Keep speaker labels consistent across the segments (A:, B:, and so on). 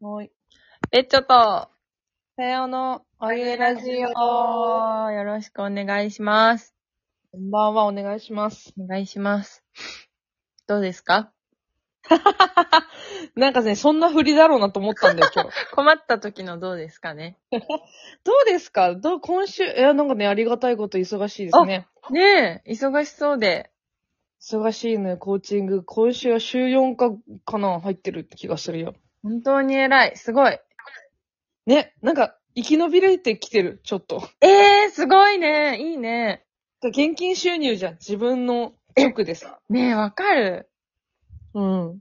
A: はい。
B: ベッチョと、
A: さよの、
B: お
A: あ
B: ゆ
A: ゆ
B: ラ
A: ラ
B: ジ
A: ジオ。こ
B: オ、よろしくお願いします。
A: んばんは、お願いします。
B: お願いします。どうですか
A: なんかね、そんな振りだろうなと思ったんだよ、今日。
B: 困った時のどうですかね
A: どうですかどう、今週、いや、なんかね、ありがたいこと忙しいですね。
B: ねえ、忙しそうで。
A: 忙しいね、コーチング。今週は週4日かな、入ってる気がするよ。
B: 本当に偉い。すごい。
A: ね、なんか、生き延びれてきてる、ちょっと。
B: ええすごいね。いいね。
A: 現金収入じゃん、自分の直でさ。
B: ねえ、わかる。
A: うん。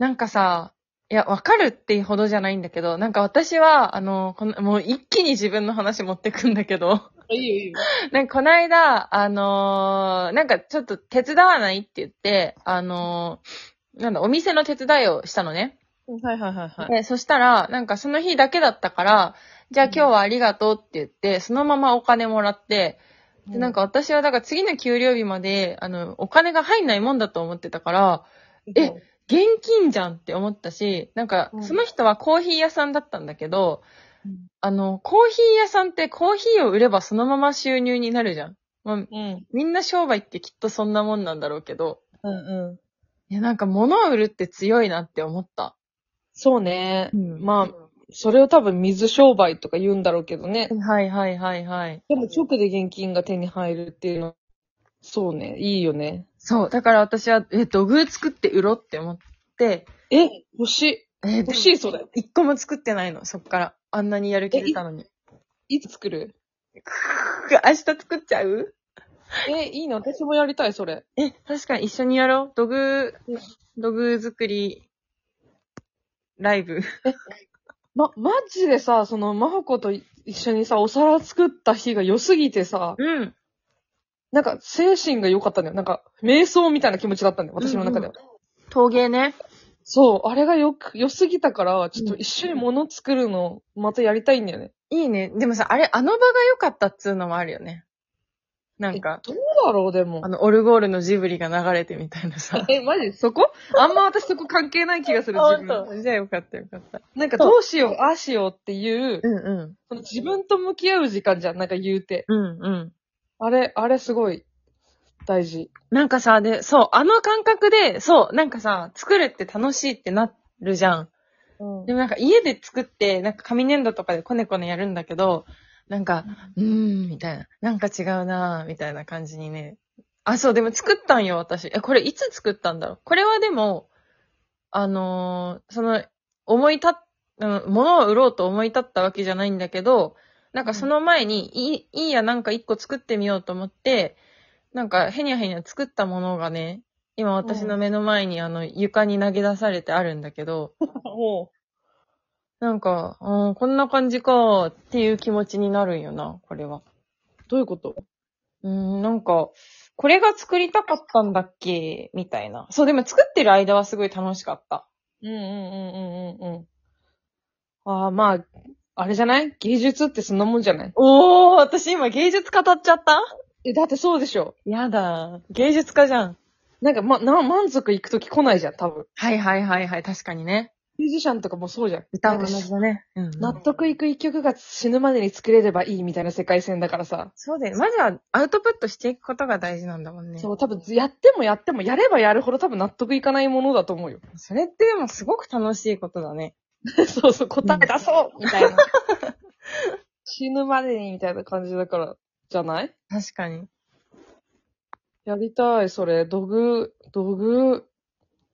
B: なんかさ、いや、わかるってほどじゃないんだけど、なんか私は、あの、このもう一気に自分の話持ってくんだけど。
A: いいよ、いいよ。
B: なんかこの間、あのーなんかちょっと手伝わないって言って、あのーなんだ、お店の手伝いをしたのね。
A: はいはいはいはい。
B: で、そしたら、なんかその日だけだったから、じゃあ
A: うん
B: 今日はありがとうって言って、そのままお金もらって、で、なんか、私はだから次の給料日まで、あの、お金が入んないもんだと思ってたから、え、現金じゃんって思ったし、なんか
A: う、ん
B: その人はコーヒー屋さんだったんだけど、
A: うん
B: あの、コーヒー屋さんってコーヒーを売ればそのまま収入になるじゃん。まあ
A: うん、
B: みんな商売ってきっとそんなもんなんだろうけど、
A: うん、うん。
B: いや、なんか物を売るって強いなって思った。
A: そうね。ま
B: ま
A: あ、それを多分水商売とか言うんだろうけどね
B: あ、。はいはいはいはい。
A: でも直で現金が手に入るっていうのは、そうね、いいよね。
B: そう、だから私は、え、土偶作って売ろうって思って、
A: え、欲しい。
B: え
A: 欲し
B: でも
A: い、それ。
B: 一個も作ってないの、そっから。あんなにやる気出たのに。
A: いつ作 る
B: く っ明日作っちゃう
A: え、いいな、私もやりたい、それ。
B: え、確かに一緒にやろう。土偶、土偶作り、ライブ。
A: ま、マジでさ、その、まほことい一緒にさ、お皿作った日が良すぎてさ、
B: うん。
A: なんか、精神が良かったんだよ。なんか、瞑想みたいな気持ちだったんだよ、私の中では。
B: 陶芸ね。
A: そう、あれがよく、良すぎたから、ちょっと一緒に物作るの、またやりたいんだよね。
B: いいね。でもさ、あれ、あの場が良かったっつうのもあるよね。なんか。
A: えどうだろう、でも。
B: あ。の、オルゴールのジブリが流れてみたいなさ
A: え、マジそこあんま私そこ関係ない気がする、自分。
B: じゃあよかったよかった。
A: なんかどうしよう、ああしようっていう、
B: うんう
A: その自分と向き合う時間じゃん、なんか言うて。
B: ん。うんうん。
A: あれ、あれすごい大事。
B: なんかさ、で、そう、あの感覚で、そう、なんかさ、作るって楽しいってなるじゃん。
A: うん
B: で もなんか家で作って、なんか紙粘土とかでこねこねやるんだけど、なんか、うーん、みたいな。なんか違うなぁみたいな感じにね。あ、そう、でも作ったんよ、私。え、これいつ作ったんだろうこれはでも、あのーその、思い立っ、うん物を売ろうと思い立ったわけじゃないんだけど、なんかその前に、いい、いいや、なんか一個作ってみようと思って、なんか、へにゃへにゃ作ったものがね、今私の目の前に、あの、床に投げ出されてあるんだけど、
A: も
B: なんか、うん、こんな感じか、っていう気持ちになるんよな、これは。
A: う、どういうこと
B: うん、なんか、これが作りたかったんだっけみたいな。そう、でも作ってる間はすごい楽しかった。
A: うんうんうんうんうんうん。ああ、まあ、あれじゃない芸術ってそんなもんじゃない
B: おー、私今芸術語っちゃった
A: え、だってそうでしょ。
B: やだ。芸術家じゃん。
A: なんか、ま、な、満足いくとき来ないじゃん、多分。
B: はいはいはいはい、確かにね。
A: ミュージシャンとかもそうじゃん。
B: 歌も
A: なん
B: 同
A: か
B: じだね。うん
A: 納得いく一曲が死ぬまでに作れればいいみたいな世界線だからさ。
B: そうだよ。まずはアウトプットしていくことが大事なんだもんね。
A: そう、多分、やってもやっても、やればやるほど多分納得いかないものだと思うよ。
B: それってでもすごく楽しいことだね。
A: そうそう、答え出そうみたいな。 死ぬまでにみたいな感じだから、じゃない
B: 確かに。
A: やりたい、それ。土偶、土偶、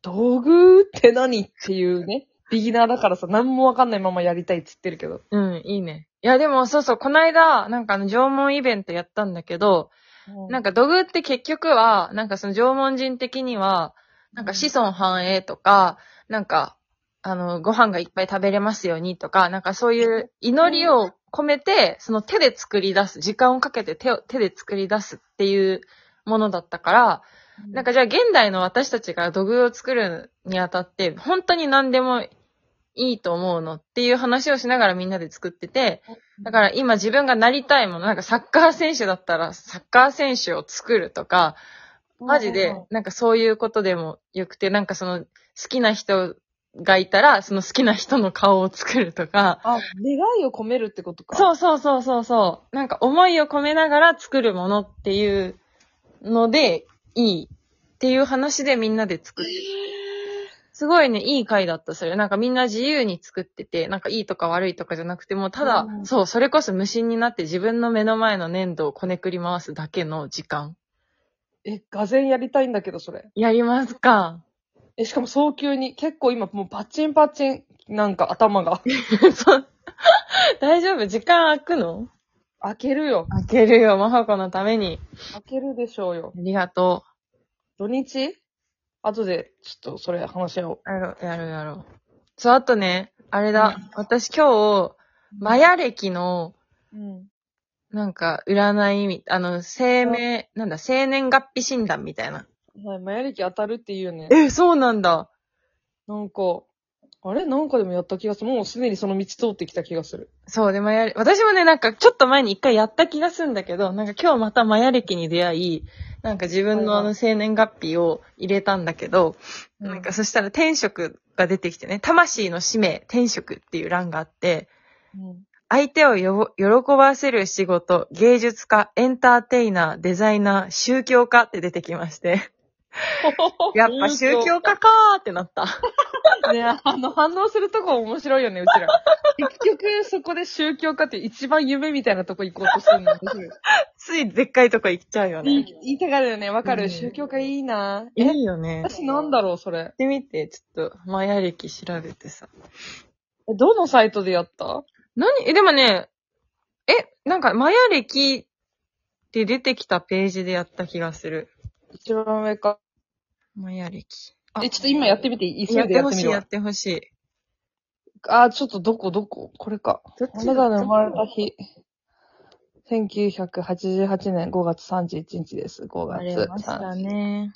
A: 土偶って何っていうね。ビギナーだからさ、何もわかんないままやりたいって言ってるけど。
B: うん、いいね。いや、でもそうそう、この間、なんかあの、縄文イベントやったんだけど、なん
A: か、、
B: か土偶って結局は、なんかその縄文人的には、なんか子孫繁栄とか、なんか、あの、ご飯がいっぱい食べれますようにとか、なんかそういう祈りを込めて、その手で作り出す、時間をかけて手を、手で作り出すっていうものだったから、なんかじゃあ現代の私たちが土偶を作るにあたって、本当に何でもいいと思うのっていう話をしながらみんなで作ってて、だからら今自分がなりたいもの、なんかサッカー選手だったらサッカー選手を作るとか、マジで、なんかそういうことでもよくて、なんかその好きな人がいたら、その好きな人の顔を作るとか、
A: あ、願いを込めるってことか。う。
B: そうそうそうそうそう、なんか思いを込めながら作るものっていうので、いいっていう話でみんなで作ってすごいね、いい回だった、それ。なんかみんな自由に作ってて、なんかいいとか悪いとかじゃなくて、もうただ、
A: うん
B: そう、それこそ無心になって自分の目の前の粘土をこねくり回すだけの時間。
A: え、がぜんやりたいんだけど、それ。
B: やりますか。
A: え、しかも早急に、結構今もうパッチンパッチン、なんか頭 が
B: そう。大丈夫時間空くの
A: 開けるよ。
B: 開けるよ、まほこのために。
A: 開けるでしょうよ
B: あ。りがと
A: 土日後で、ちょっとそれ話し合おう。
B: う。やろう、やろう、やろう。そう、あとね、あれだ、私今日、マヤ歴の、
A: うん。
B: なんか、占いみ、あの、生命、なんだ、生年月日診断みたいな。
A: はい、マヤ歴当たるっていうよね。
B: え、そうなんだ。
A: なんか、あれなんかでもやった気がする。もうすでにその道通ってきた気がする。
B: そう、で、マヤ歴、私もね、なんか、ちょっと前に一回やった気がするんだけど、なんか今日またマヤ歴に出会い、なんか自分のあ
A: はいは
B: の、生年月日を入れたんだけど、なんか、そしたら天職が出てきてね、魂の使命、天職っていう欄があって、
A: うん、
B: 相手をよぼ喜ばせる仕事、芸術家、エンターテイナー、デザイナー、宗教家って出てきまして、 やっぱ宗教家かーってなった。
A: ね、あの、反応するとこ面白いよね、うちら。結局、そこで宗教家って一番夢みたいなとこ行こうとするの。面 白い
B: ついでっかいとこ行っちゃうよ
A: いい
B: ね。
A: 言いたがるよね。わかる、
B: うん
A: 宗教家いいな。
B: いいよね。
A: 私なんだろう、それ
B: やっ。てみて、ちょっと、マヤ歴調べてさ。
A: えどのサイトでやった
B: 何え、でもね、え、なんか、マヤ歴って出てきたページでやった気がする。
A: 一番上か。
B: マヤ歴。
A: え、ちょっと今やってみていい急いで
B: やっ
A: やって
B: ほ
A: て
B: し
A: み
B: い、
A: る
B: や
A: わ
B: っ。てほしい。
A: あー、ちょっとどこどここれか。
B: どっ
A: あなたの生まれた日。1988年5月31日です。5
B: あ
A: 月
B: りました
A: 31日。
B: ね。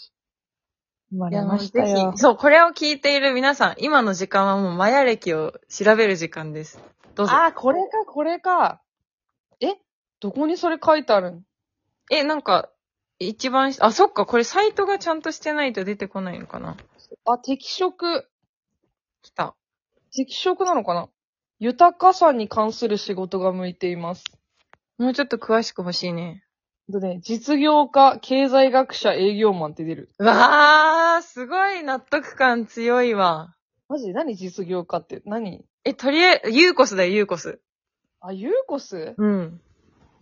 A: 生ま
B: い
A: れ
B: や、
A: ま
B: もう
A: し
B: ぜ
A: たよ
B: ひ、。そう、これを聞いている皆さん、今の時間はもうマヤ歴を調べる時間です。どうぞ。
A: あー、これか、これか。えどこにそれ書いてあるん
B: え、なんか、一番し、あ、そっか、これサイトがちゃんとしてないと出てこないのかな。
A: あ、適職。
B: 来た。
A: 適職なのかな豊かさに関する仕事が向いています。
B: もうちょっと詳しく欲しいね。
A: でね、実業家、経済学者、営業マンって出る。
B: わー、すごい納得感強いわ。
A: マジ何実業家って何
B: え、とりあえず、ユーコスだよ、ユーコス。
A: あ、ユーコス
B: うん。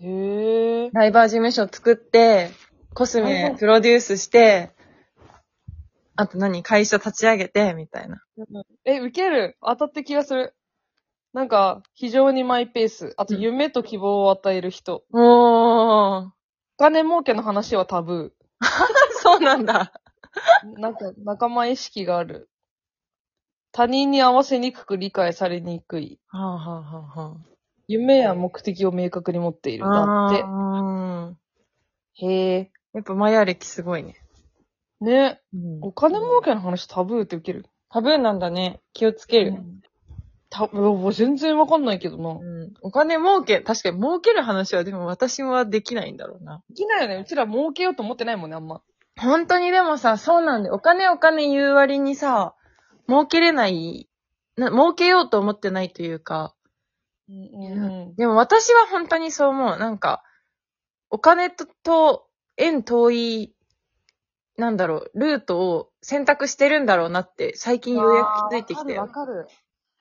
A: へえ。
B: ライバー事務所作って、コス
A: はいは
B: メ
A: い
B: プロデュースして、あと何会社立ち上げて、みたいな。
A: え、受ける当たって気がする。なんか、非常にマイペース。あと、
B: うん
A: 夢と希望を与える人。
B: おー。
A: お金儲けの話はタブ
B: そうなんだ。
A: ー。なんか、仲間意識がある。他人に合わせにくく理解されにくい。
B: はあはあはあは
A: 夢や目的を明確に持っている。だ
B: あ
A: って。
B: あー
A: へえ。
B: やっぱマヤ歴すごいね。
A: ね。
B: うん
A: お金儲けの話タブーって受ける。
B: タブーなんだね。気をつける。
A: た、うわ全然わかんないけどな。
B: うんお金儲け、確かに儲ける話はでも私はできないんだろうな。
A: できないよね。うちら儲けようと思ってないもんね、あんま。
B: 本当にでもさ、そうなんで、お金お金言う割にさ、儲けれない、な儲けようと思ってないというか、
A: うんん。
B: でも私は本当にそう思う。なんか、お金と、と、縁遠い、なんだろう、ルートを選択してるんだろうなって、最近ようやく気づいてきて。
A: わかるわかる。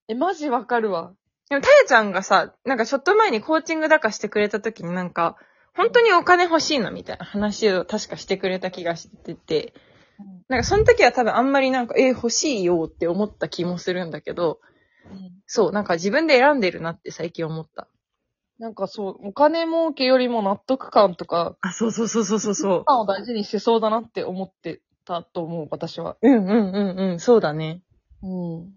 A: え、マジわかるわ。
B: でも、たやちゃんがさ、なんかちょっと前にコーチングだかしてくれた時になんか、本当にお金欲しいのみたいな話を確かしてくれた気がしてて
A: うん、
B: なんかその時は多分あんまりなんか、えー、欲しいよって思った気もするんだけど、そう、なんか自分で選んでるなって最近思った。
A: なんかそう、お金儲けよりも納得感とか、
B: あ、そうそうそうそうそうそ
A: 感を大事にしてそうだなって思ってたと思う、私は。
B: う。うんうんうんうん、そうだね。
A: うん。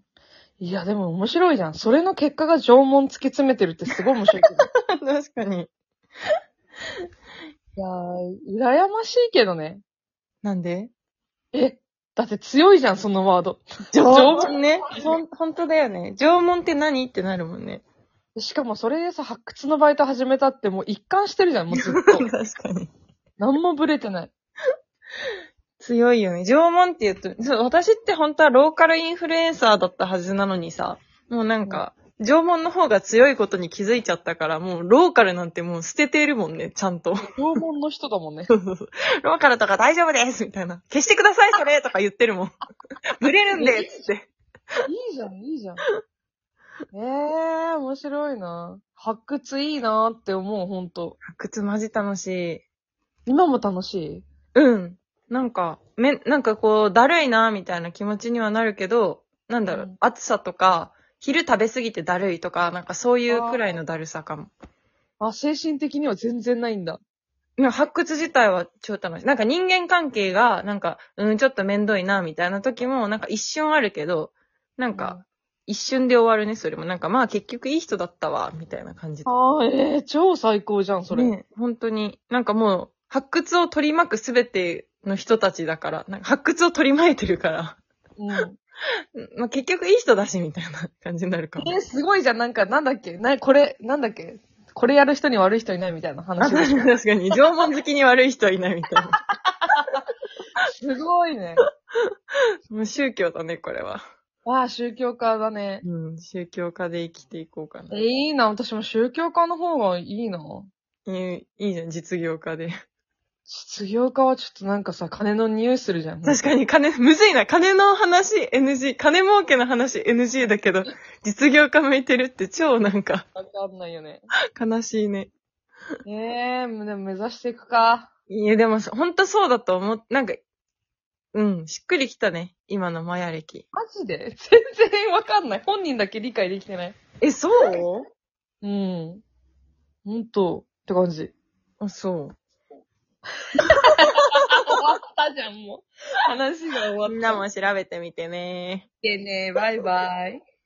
A: いや、でも面白いじゃん。それの結果が縄文突き詰めてるってすごい面白いけ ど。
B: 確かに。
A: いやー、羨ましいけどね。
B: なんで
A: え、だって強いじゃん、そのワード。
B: 縄
A: 文
B: 文ね。ほん、本当だよね。縄文って何ってなるもん ね。
A: しかもそれでさ、発掘のバイト始めたって もう一貫してるじゃん、もうずっと。
B: 確かに。
A: 何もブレてない。
B: 強いよね。縄文って言うと、そう私って本当はローカルインフルエンサーだったはずなのにさ、もうなんか、縄文の方が強いことに気づいちゃったから、もうローカルなんてもう捨てているもんね、ちゃんと。
A: 縄文の人だもんね。
B: ローカルとか大丈夫ですみたいな。消してください、それとか言ってるも ん。ブレるんでつって。
A: いいじゃん、いいじゃん。ええー、面白いな。発掘いいなって思う、ほんと。
B: 靴マジ楽しい。
A: 今も楽しい
B: うん。なんか、め、なんかこう、だるいな、みたいな気持ちにはなるけど、なんだろう、
A: うん
B: 暑さとか、昼食べ過ぎてだるいとか、なんかそういうくらいのだるさかも。
A: あ、精神的には全然ないんだ。
B: でも発掘自体は超楽しい。なんか人間関係が、なんか、うん、ちょっとめんどいな、みたいな時も、なんか一瞬あるけど、なんか、一瞬で終わるね、それも。なんか、まあ結局いい人だったわ、みたいな感じで。
A: ああ、ええー、超最高じゃん、それ。
B: ね、本当に。なんかもう、発掘を取り巻くすべての人たちだから、なんか発掘を取り巻いてるから。
A: うん。
B: まあ、結局いい人だし、みたいな感じになるかも。
A: えー、すごいじゃん。なんか、なんだっけな、これ、なんだっけこれやる人に悪い人いないみたいな
B: あ
A: 話。
B: 確かに、縄文好きに悪い人はいないみたいな。
A: すごいね。
B: もう宗教だね、これは。
A: ああ、宗教家だね。
B: うん、宗教家で生きていこうか
A: え
B: な。
A: ー、いいな。私も宗教家の方がいいな。
B: いい、いいじゃん、実業家で。
A: 卒業家はちょっとなんかさ、金の匂いするじ ゃん。
B: 確かに金、むずいな、金の話 NG、金儲けの話 NG だけど、実業家向いてるって超なんか、
A: わかんないよね。
B: 悲しいね。
A: ええー、でも目指していくか。
B: いや、でもさ、ほんとそうだと思う、なんか、うん、しっくりきたね、今のマヤ歴。
A: マジで全然わかんない。本人だけ理解できてない。
B: え、そう
A: うん。ほんと、って感 じ。
B: あ、そう。
A: 終わったじゃん、もう。話が終わ
B: みんなも調べてみてね。
A: てね。バイバイ。